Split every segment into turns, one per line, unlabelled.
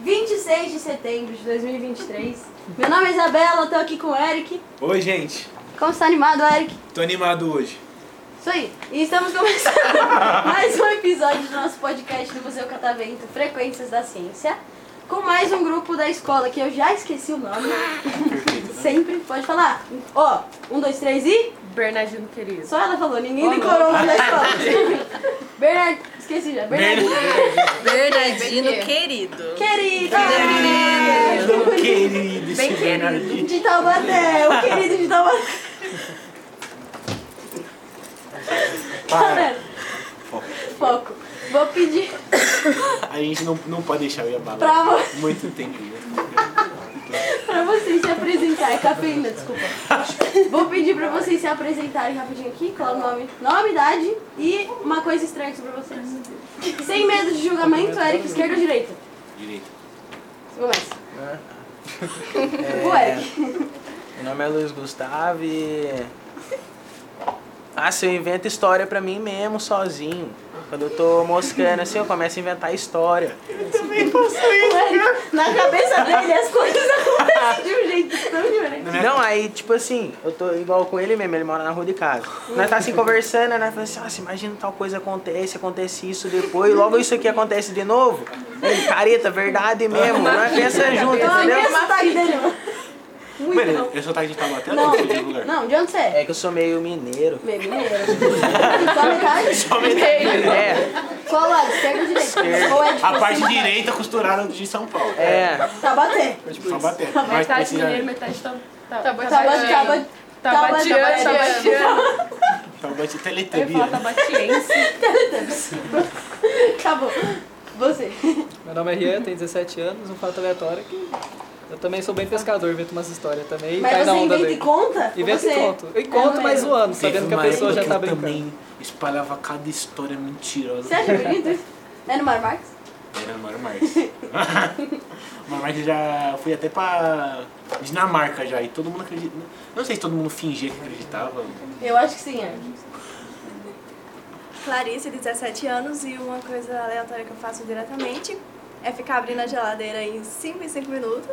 26 de setembro de 2023. Meu nome é Isabela, tô aqui com o Eric.
Oi, gente.
Como está animado, Eric?
Tô animado hoje.
Isso aí. E estamos começando mais um episódio do nosso podcast do Museu Catavento Frequências da Ciência. Com mais um grupo da escola que eu já esqueci o nome. Sempre pode falar. Ó, um, dois, três e.
Bernardino querido.
Só ela falou, ninguém decorou o nome da escola. Bernard. Esqueci já. Bernardino.
Bernardino
Bem
querido.
Querida!
Meu querido, esse
Bem querido.
Bernardinho.
De Taubaté, o querido de Taubaté. Galera,
Foco.
foco. Vou pedir
A gente não, não pode deixar eu ir abalar.
pra, vo-
Muito tempo. né?
pra vocês se apresentarem. Cafeína, desculpa. Vou pedir pra vocês se apresentarem rapidinho aqui. Qual o nome? Nome, idade e uma coisa estranha sobre vocês. Sem medo de julgamento, Eric, esquerda ou direita?
Direito.
Começa. O
É,
Eric.
meu nome é Luiz Gustavo e... Ah, se eu invento história pra mim mesmo, sozinho. Quando eu tô moscando assim, eu começo a inventar história.
O Eric, na cabeça dele as coisas acontecem de um jeito tão diferente.
Não, aí, tipo assim, eu tô igual com ele mesmo, ele mora na rua de casa. Nós tá assim conversando, né? Falando assim, nossa, imagina tal coisa acontece, acontece isso depois, logo isso aqui acontece de novo. Ele, careta, verdade mesmo, nós pensa junto,
Eu amei
entendeu?
o sotaque dele, mano. Muito
Mano,
bom.
eu sou tá de Taubaté ou
Não,
não de lugar?
não, de onde você é?
É que eu sou meio mineiro.
Meu, mineiro. Só metade?
Só me
É,
Qual lado? Esquerda ou direita? Ou é de
A parte
cima?
direita costuraram de São Paulo.
é.
Tá bater.
Taubaté. Mas
Metade
precisa...
mineiro, metade tá. Tá, tá,
Tá bate, tá bate.
tá
Tabatiano.
bateando, tá bateando.
Taubaté
Eu ia
Teletubia.
falar tabatiense.
Acabou. Tá Você.
Meu nome é Rian, tenho 17 anos, um fato aleatório que eu também sou bem pescador, invento umas histórias também e
Mas
cai na
você
onda
inventa
dele.
e conta?
Invento
Você-
um e conto. Eu conto,
É,
mas
eu-
zoando,
Teve
sabendo que a
uma
pessoa
época
já
que
tá
eu
brincando.
também espalhava cada história mentirosa.
Você acha bonito isso? É no Mar Marx?
Era no Mário Marques. Mário Marques já fui até pra Dinamarca já, e todo mundo acredita. né? Não sei se todo mundo fingia que acreditava.
Eu acho que sim, é.
Clarice, 17 anos, e uma coisa aleatória que eu faço diretamente é ficar abrindo a geladeira em 5 em 5 minutos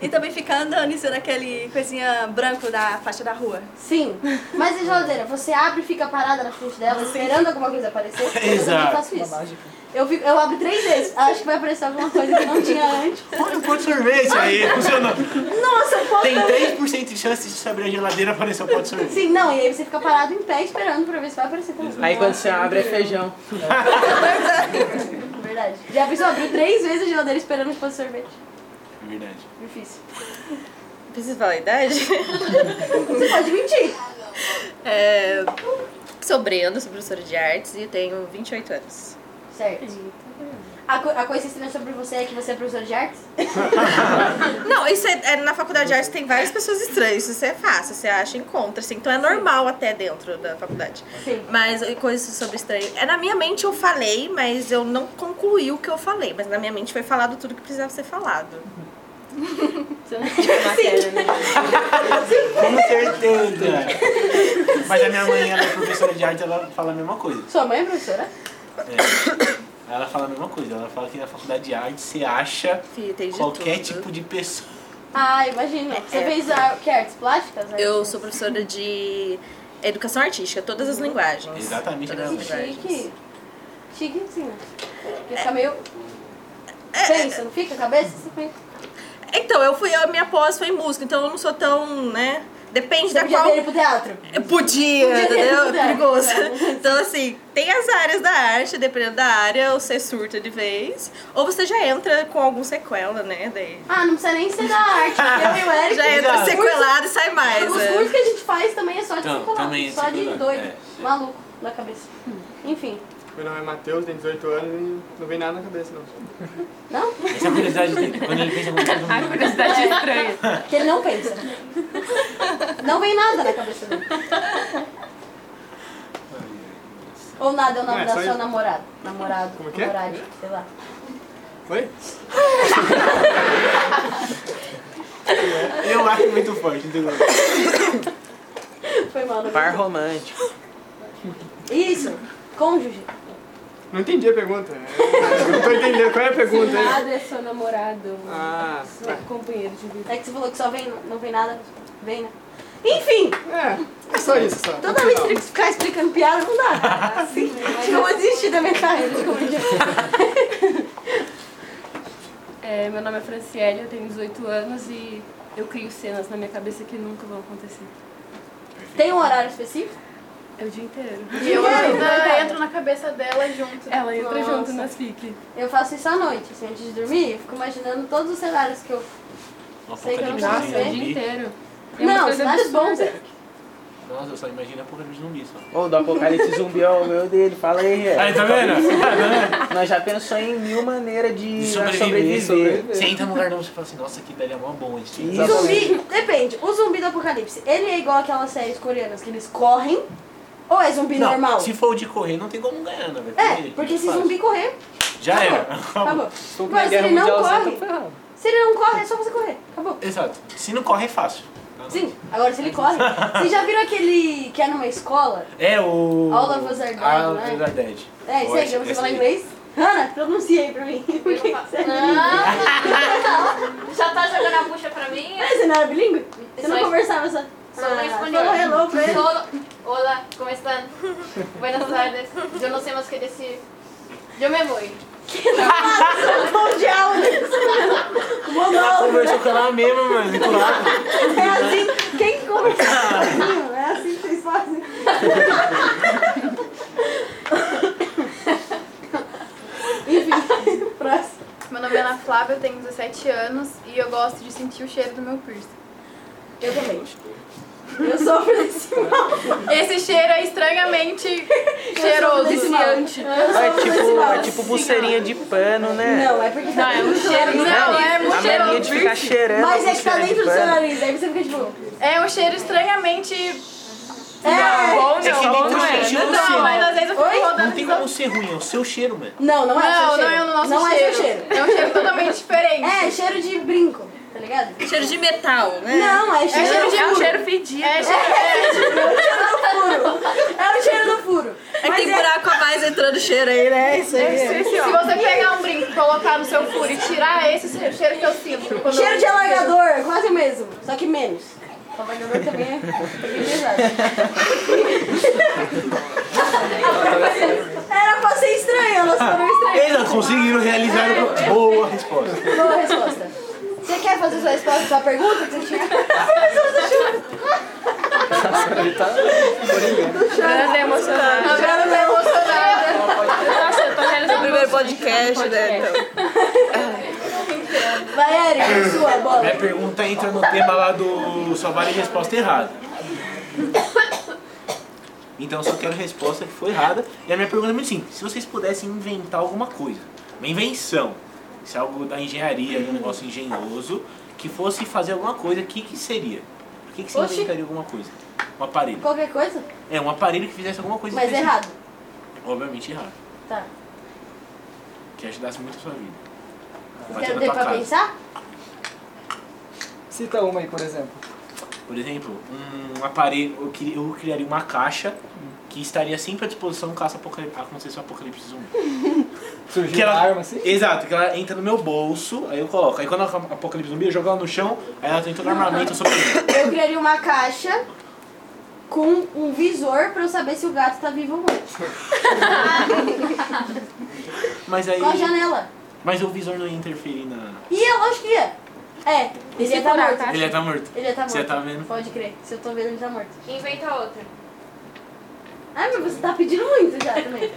e também ficar andando e sendo aquele coisinha branco da faixa da rua.
Sim. Mas e geladeira? Você abre e fica parada na frente dela, esperando alguma coisa aparecer? Eu também
Exato.
faço
Uma
isso.
mágica.
Eu, fico, eu abro três vezes. Acho que vai aparecer alguma coisa que não tinha antes.
Olha o pão de sorvete aí, funcionou.
Nossa, eu posso
Tem 3% de chance de abrir a geladeira e aparecer o pão de sorvete.
Sim, não, e aí você fica parado em pé esperando pra ver se vai aparecer também.
Aí quando você abre é feijão.
Verdade. Já pensou, abriu três vezes a geladeira esperando que fosse sorvete.
Verdade.
Difícil.
Preciso falar a idade?
Você pode mentir.
É, sou Brenda, sou professora de artes e tenho 28 anos.
Certo. A, co- a coisa estranha sobre você é que você é professor de artes?
Não, isso é, é- na faculdade de artes tem várias pessoas estranhas, isso é fácil, você acha, encontra, assim, então é normal até dentro da faculdade.
Sim.
Mas e coisas sobre estranho. É, na minha mente eu falei, mas eu não concluí o que eu falei. Mas na minha mente foi falado tudo que precisava ser falado.
Com certeza. Mas a minha mãe, ela é professora de arte, ela fala a mesma coisa.
Sua mãe é professora?
É. Ela fala a mesma coisa. Ela fala que na faculdade de arte você acha
Fih, tem de
qualquer
tudo.
tipo de pessoa.
Ah, imagina. Você
É.
fez a, que artes plásticas? né?
Eu sou professora de educação artística, todas as linguagens.
Exatamente a
Todas as
Que
mesma coisa.
chique. Chique, sim. Porque
É.
fica meio... Pensa, não fica a cabeça? Você fica.
Então, eu fui, a minha pós foi em música, então eu não sou tão, né? Depende
Você
da
podia
qual.
ter ido pro teatro?
Eu Podia,
Podia ter
entendeu? É
mudado.
perigoso. Então, assim, tem as áreas da arte, dependendo da área, você surta de vez. Ou você já entra com algum sequela, né? Daí
Ah, não precisa nem ser da arte. porque Eu e o Eric...
já é entra
Exato.
sequelado e sai mais.
Os
né?
é.
cursos que a gente faz também é só de
Então,
circular,
também é
só de
circular,
doido, Um
é.
maluco da cabeça. Enfim,
Meu nome é Matheus, tenho 18 anos e não vem nada na cabeça, não.
não?
Essa é a curiosidade dele. Quando ele pensa em alguma coisa,
A curiosidade é estranha.
Que ele não pensa. Não vem nada na cabeça dele. Ou nada é o nome
Não, é
da
só
sua
isso.
namorada. Namorado,
Como que é?
namorado, sei lá.
Foi?
Eu acho muito forte, entendeu?
Foi mal, né? não
Par romântico.
Isso, cônjuge.
Não entendi a pergunta. Eu não tô entendendo. Qual é a pergunta? hein?
é seu namorado,
Ah,
seu companheiro de vida.
É que você falou que só vem, não vem nada, vem, né? Enfim,
é. É só isso, só.
toda vez que tem que ficar explicando piada, não dá. Assim, acho que eu vou desistir da minha carreira de comediante.
É, meu nome é Franciele, eu tenho 18 anos e eu crio cenas na minha cabeça que nunca vão acontecer.
Tem um horário específico?
É o dia inteiro.
E eu ainda entro na cabeça dela junto.
Ela entra
Nossa.
junto nas fic.
Eu faço isso à noite, assim, antes de dormir, eu fico imaginando todos os cenários que eu. Sei que eu não
Apocalipse
posso
Nossa, é o dia
zumbi.
inteiro. É uma
Não,
coisa
cenários bons. é
absurda.
Nossa, eu só imagino apocalipse zumbi só.
Ou do apocalipse zumbi ó, o meu dele. Fala aí,
Aí,
Ré.
tá vendo?
Nós já pensou em mil maneiras de
De
sobreviver.
sobreviver. Você entra num lugar novo, você fala assim, nossa, que daria mó bom isso.
Isso.
Zumbi, depende. O zumbi do apocalipse, ele é igual aquelas séries coreanas que eles correm? Ou é zumbi
Não,
normal?
se for o de correr, não tem como ganhar, né? velho?
É, porque se
fácil.
zumbi correr,
Já
acabou.
era.
acabou.
Estou com
Mas
a guerra
um
ele não
mundial Z,
corre.
tá ferrado.
Se ele não corre, é só você correr. Acabou.
Exato. Se não corre, é fácil.
Sim, agora se ele corre. Vocês já viram aquele que é numa escola?
É o... Ah,
All of Us Are Dead,
All of
né?
Us Are Dead.
É, isso aí, que você falar inglês? Ana, pronuncia aí pra mim. Por que que você é não
Não, já tá jogando a bucha pra mim?
Ah, Você não era bilíngue? Você não
Só-
conversava só.
Só no espanhol.
falou hello pra ele.
Solo- Hola, ¿cómo están? Buenas tardes. Yo no sé más que decir. Yo me voy.
Bom de aula.
Ela
Monólogo.
conversou com ela mesma, Tá mano. Enculada.
É assim, quem conversa sozinho, é assim que vocês fazem. Enfim, próximo.
Meu nome é Ana Flávia, eu tenho 17 anos e eu gosto de sentir o cheiro do meu piercing.
Eu também. Eu sofro desse mal.
Esse cheiro é estranhamente
Cheiroso.
cheiroso.
Eu
É
sofro desse
tipo,
mal.
é tipo pulseirinha de pano, né?
Não, é porque
Não, é um cheiro.
Não, é
A
muito
mania
cheiroso.
de ficar cheirando.
Mas é que tá
pulseira de
dentro do seu
pano.
nariz, aí você fica tipo.
É um cheiro estranhamente.
É!
Bom,
É que nem
tá
não, bom, não é.
consciente, eu não sei,
Não, mas
mano.
às vezes eu fico
Oi?
rodando.
Não tem como ser ruim, é o seu cheiro, mano.
Não, não é o
Não,
seu
não
cheiro.
é o nosso
não
cheiro.
é o seu cheiro.
É um cheiro totalmente diferente.
É cheiro de brinco, tá ligado?
Cheiro de metal, né?
Não, é
É
cheiro,
cheiro
do
de é um
furo. um
cheiro fedido. É cheiro
É o cheiro do furo.
É que tem buraco a mais entrando cheiro aí, né? Isso
É
aí.
Se você pegar um brinco, colocar no seu furo e tirar esse é o cheiro que eu sinto. quando
Cheiro
eu-
de alargador, é quase o mesmo, só que menos. O alargador também é bem pesado. Era pra ser estranho, elas foram estranhas.
Eles não conseguiram realizar o...
É.
Boa resposta.
Boa resposta. Você quer fazer sua resposta, sua pergunta? Que você tinha? Agora
Ele tá...
Ela é emocionada.
eu tô emocionada.
Nossa, eu tô realizando
É o primeiro
uma-
podcast, né? Então,
Vai, Eric, sua bola.
Minha pergunta entra no tema lá do só vale resposta errada. Então eu só quero a resposta que foi errada. E a minha pergunta é muito simples. Se vocês pudessem inventar alguma coisa, uma invenção, se é algo da engenharia, um negócio engenhoso, que fosse fazer alguma coisa, o que, que seria? Por que, que você
Oxi.
inventaria alguma coisa? Um aparelho.
Qualquer coisa,
É, um aparelho que fizesse alguma coisa.
mas
específica.
errado.
Obviamente errado.
Tá.
Que ajudasse muito a sua vida.
Quer
Bater na
ter
tua
pra
casa.
pensar?
Cita uma aí, por exemplo.
Por exemplo, um aparelho, eu, cri- eu criaria uma caixa que estaria sempre à disposição caso apocal- acontecesse um apocalipse zumbi.
Surgiu
Que ela-
uma arma assim?
Exato, que ela entra no meu bolso, aí eu coloco. Aí quando o apocalipse zumbi, eu jogo ela no chão, aí ela tem todo o armamento sobre mim.
Eu criaria uma caixa com um visor pra eu saber se o gato tá vivo ou morto.
Mas aí.
Com a janela.
Mas o visor não ia interferir na.
E é lógico que ia. É, ele ia tá
for na
morto.
caixa?
Ele ia estar morto.
Ele ia tá morto.
Você tá vendo?
Pode crer. Se eu tô vendo, ele tá morto.
Inventa outra.
Ah, mas você tá pedindo muito já também.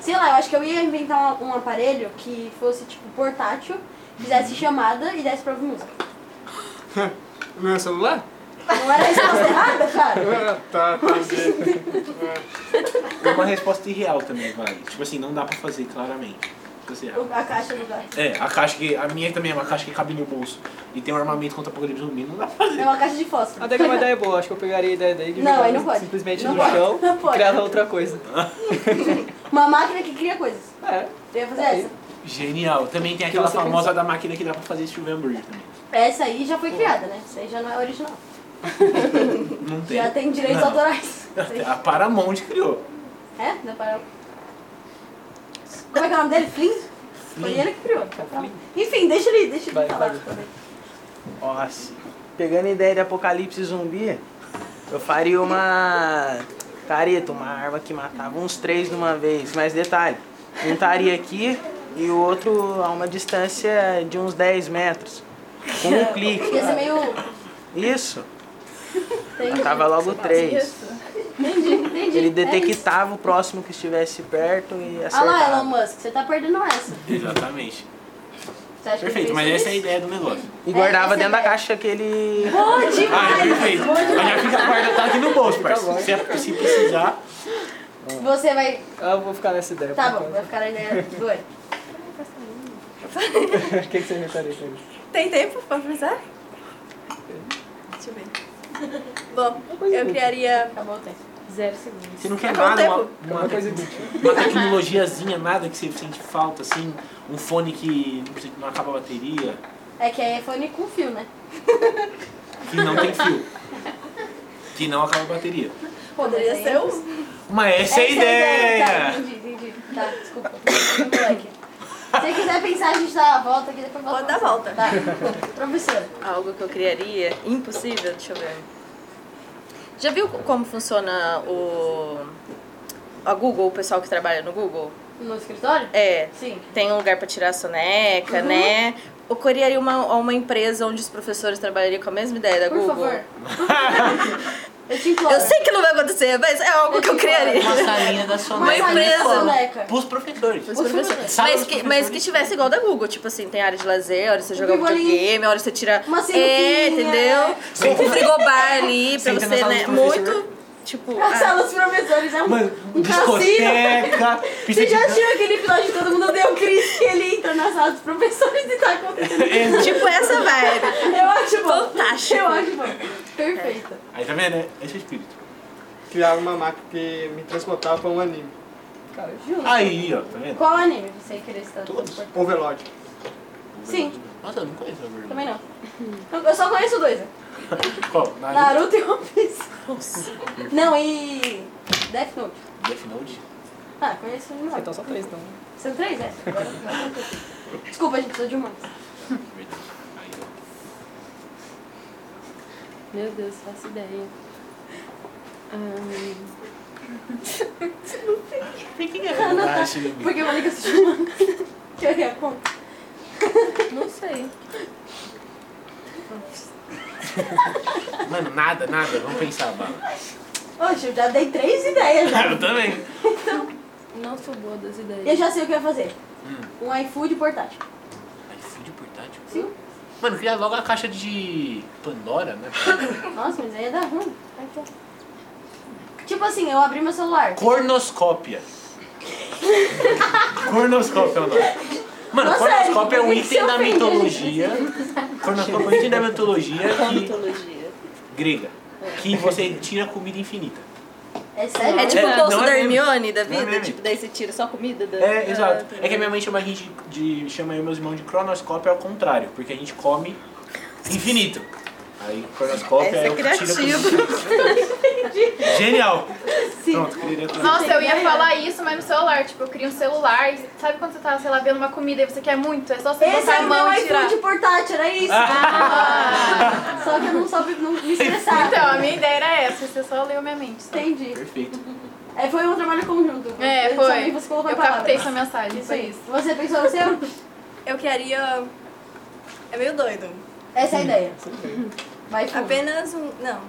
Sei lá, eu acho que eu ia inventar um, um aparelho que fosse, tipo, portátil, fizesse chamada e desse pra ouvir música.
No meu celular?
Não era a resposta errada, cara?
Ah, tá, entendi.
É uma resposta irreal também, vale. Tipo assim, não dá pra fazer, claramente. Você erra.
O- A caixa do gato.
É, a caixa que. A minha também é uma caixa que cabe no bolso e tem um armamento contra o apocalipse zumbi, não dá pra fazer.
É uma caixa de fósforo.
Até que uma ideia boa, acho que eu pegaria a ideia daí de
Não,
jogar
aí não pode.
simplesmente
Não
no
pode.
chão
Não pode.
e criava outra coisa.
Uma máquina que cria coisas.
É,
Eu ia fazer
Aí.
essa.
Genial. Também tem aquela
você
famosa da máquina que dá pra fazer chover hambúrguer também.
Essa aí já foi criada, né? Isso aí já não é original.
Não tem.
Já tem direitos
Não.
autorais.
A Paramount criou.
É? Não é para... Como é que é o nome dele? Flynn? Foi ele que criou. tá pra lá. Enfim, deixa ele, deixa ele
Vai,
falar.
vai.
Nossa. Pegando ideia de apocalipse zumbi, eu faria uma. Careta, uma arma que matava uns três de uma vez. Mas detalhe, um estaria aqui e o outro a uma distância de uns 10 metros. Com um clique.
Ia ser meio...
Isso.
Entendi,
Matava logo três.
entendi, entendi.
Ele
É isso.
detectava o próximo que estivesse perto e
Olha lá, Elon
acertava.
Musk, você tá perdendo essa.
Exatamente.
Você acha
Perfeito,
que
mas
ele
essa é a
fez
ideia do negócio.
E guardava
É, essa
dentro da
ideia.
caixa que ele...
Bom demais!
Ah, é perfeito. Mas já fica guarda tá aqui no bolso, parceiro. Se, se precisar,
Você vai...
Ah, eu vou ficar nessa ideia.
Tá
por
bom, vai
enquanto.
ficar na ideia do Oi.
O que, que você inventaria pra mim?
Tem tempo pra pensar? Deixa eu ver. Bom, eu criaria.
Acabou o tempo.
Zero segundos.
você não quer
Quanto
nada, uma,
tempo?
uma,
Uma coisa inútil.
uma tecnologiazinha, nada que você sente falta, assim, um fone que não, precisa- não acaba a bateria,
É que é iPhone com fio, né?
que não tem fio. Que não acaba a bateria.
Poderia ser um.
Mas essa é a
Tá,
ideia!
entendi, entendi. Tá, desculpa. Moleque. Se quiser pensar, a gente dá a volta aqui, depois volta.
Pode dar volta.
Tá, professora.
Então, Algo que eu criaria? Impossível? Deixa eu ver. Já viu como funciona o. A Google, o pessoal que trabalha no Google?
No escritório?
É.
Sim.
Tem um lugar pra tirar a soneca,
Uhum.
né? Eu criaria uma, é uma empresa onde os professores trabalhariam com a mesma ideia da
Por
Google.
favor. Eu te imploro.
É Eu sei que não vai acontecer, mas é algo que eu criaria.
Uma
salinha da
Uma
empresa.
soneca.
Pros professores.
Os
Os
professores.
professores.
Mas que, mas que tivesse igual da Google, tipo assim, tem área de lazer, hora você joga
Um frigolinho.
videogame, hora você tira.
Uma
é,
sinuquinha,
entendeu? Um frigobar ali pra
Senta na
você,
sala
né?
do professor.
Muito. Tipo.
A
ah,
sala dos professores é um,
Mano,
um calcinho.
discoteca, pista
Você
de
já assistiu aquele episódio que todo mundo deu Cris que ele entra na sala dos professores e tá acontecendo?
É,
tipo essa vibe.
Eu acho bom.
Fantástico.
Eu acho bom. Perfeito.
Aí tá vendo, né? Esse é o espírito.
Criar uma máquina que me transportava pra um anime.
Cara,
Justo.
Aí, ó, tá vendo?
É. Qual anime você queria estar
Todos.
Overlord.
Sim.
Nossa, eu não conheço a verdade.
Também não. Eu- Eu só conheço dois. né?
Qual? Naruto?
Naruto e One Piece. Não, e. Death Note.
Death Note?
Ah, conheço um nove.
então só três, então.
São três, é? Agora eu não sei. Desculpa, a gente precisa de um mais.
Verdade. Aí, ó.
Meu Deus, faço ideia. Ahn,
é?
Acho que-
Porque eu falei que eu assisti um manga. Que eu ia conta.
não sei.
Mano, nada, nada. Vamos pensar, bala.
Oxe, eu já dei três ideias né? já.
Eu também.
Não sou boa das
Eu
ideias.
já sei o que eu ia fazer. Um iFood portátil.
iFood portátil?
Sim.
Mano, cria logo a caixa de Pandora, né?
Nossa, mas aí ia dar ruim. Ai, que- Tipo assim, eu abri meu celular.
Cornoscópia. cornoscópia é o nome. Mano,
Nossa,
cornoscópia é um
ele
item
se
da
ofende,
mitologia. Cornoscópia é um item da mitologia que,
Mitologia.
grega. Que você tira comida infinita.
É sério?
É tipo
É,
o bolso
não é
da
meme.
Hermione da
Não é
vida?
meme.
tipo, daí você tira só a comida da.
É, exato.
Ah,
É que a minha mãe chama a gente de. chama eu e meus irmãos de cronoscópio ao contrário, porque a gente come infinito. Aí cronoscópio
Essa
é,
é
o que tira
criativa.
comida. Genial!
Sim.
Pronto, queria
isso?
cronoscópio.
Nossa, eu ia falar isso, mas no celular. Tipo, eu crio um celular. e Sabe quando você tá, sei lá, vendo uma comida e você quer muito? É só você
Esse
botar
é
a
o
mão
meu
e tirar.
iFood portátil, era isso.
Ah.
Só que eu não soube não me estressar.
Então, a minha ideia era essa. Você só leu minha mente. só.
Entendi.
Perfeito.
É, foi um trabalho conjunto.
É,
Eu só vi
foi.
Você colocou a
Eu
palavra.
captei sua mensagem.
Isso
Foi
aí.
isso.
Você pensou no seu?
Eu criaria. É meio doido.
Essa é a ideia. Vai fundo.
Apenas um. Não.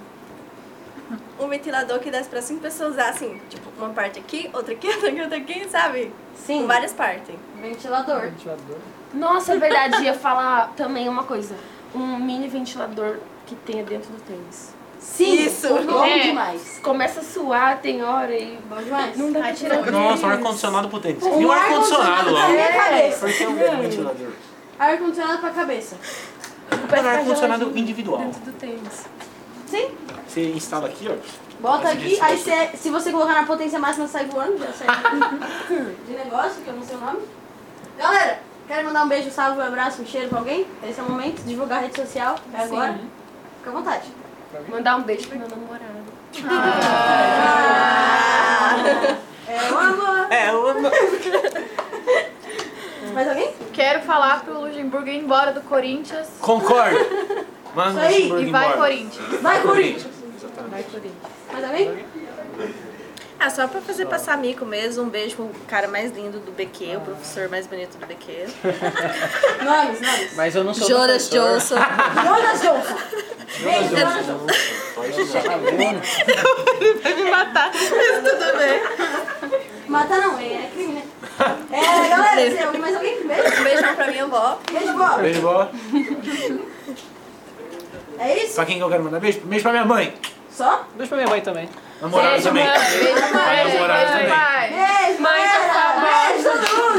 Um ventilador que desse pra cinco pessoas usar, assim, tipo, uma parte aqui, outra aqui, outra aqui, outra aqui, sabe?
Sim.
Com várias partes.
Ventilador.
Ventilador.
Nossa, é verdade, ia falar também uma coisa. Um mini ventilador que tenha dentro do tênis.
Sim.
Isso.
Bom
É.
demais.
Começa a suar, tem hora e.
Bom demais. Um
Não dá pra
Ai,
tirar.
tira-
Nossa, um ar-condicionado pro tênis. E um ar-condicionado
pra
logo.
minha cabeça.
Porque é um ventilador.
Ar-condicionado pra cabeça.
Mano, ar-condicionado individual.
Dentro do tênis.
Sim.
Você instala aqui, ó.
Bota
Esse
aqui,
disco.
aí cê, se você colocar na potência máxima, sai voando. Já sai. De negócio, que eu não sei o nome. Galera, quero mandar um beijo, salve, um abraço, um cheiro pra alguém? Esse é o momento. Divulgar a rede social. É agora. Fica à vontade.
Mandar um beijo pro meu namorado.
É o amor.
É, eu,
Mais alguém?
Quero falar pro Luxemburgo ir embora do Corinthians.
Concordo. Manda
Isso aí,
o Luxemburgo
E vai
embora.
Corinthians.
Vai, Corinthians.
Exatamente.
Vai, Corinthians.
Mais alguém?
Ah, só pra fazer passar mico mesmo, um beijo pro cara mais lindo do
Ah.
BQ, o professor mais bonito do BQ.
Nomes, nomes.
Mas eu não sou
Jonas
professor.
Johnson.
Jonas Johnson. Beijo, Jonas Johnson.
Só isso só.
Tudo bem.
Matar não, é crime, né? É, galera, se alguém mais alguém? Beijo.
Um beijão pra minha avó.
Beijo, Bob.
Beijo, bola.
É isso?
Pra quem que eu quero mandar beijo? Beijo pra minha mãe.
Só?
Beijo pra minha mãe também.
Namorado também.
Beijo, mãe.
Namorado
Beijo,
também.
pai.
Beijo,
Mãe,
galera.
tô
Beijo, todo mundo.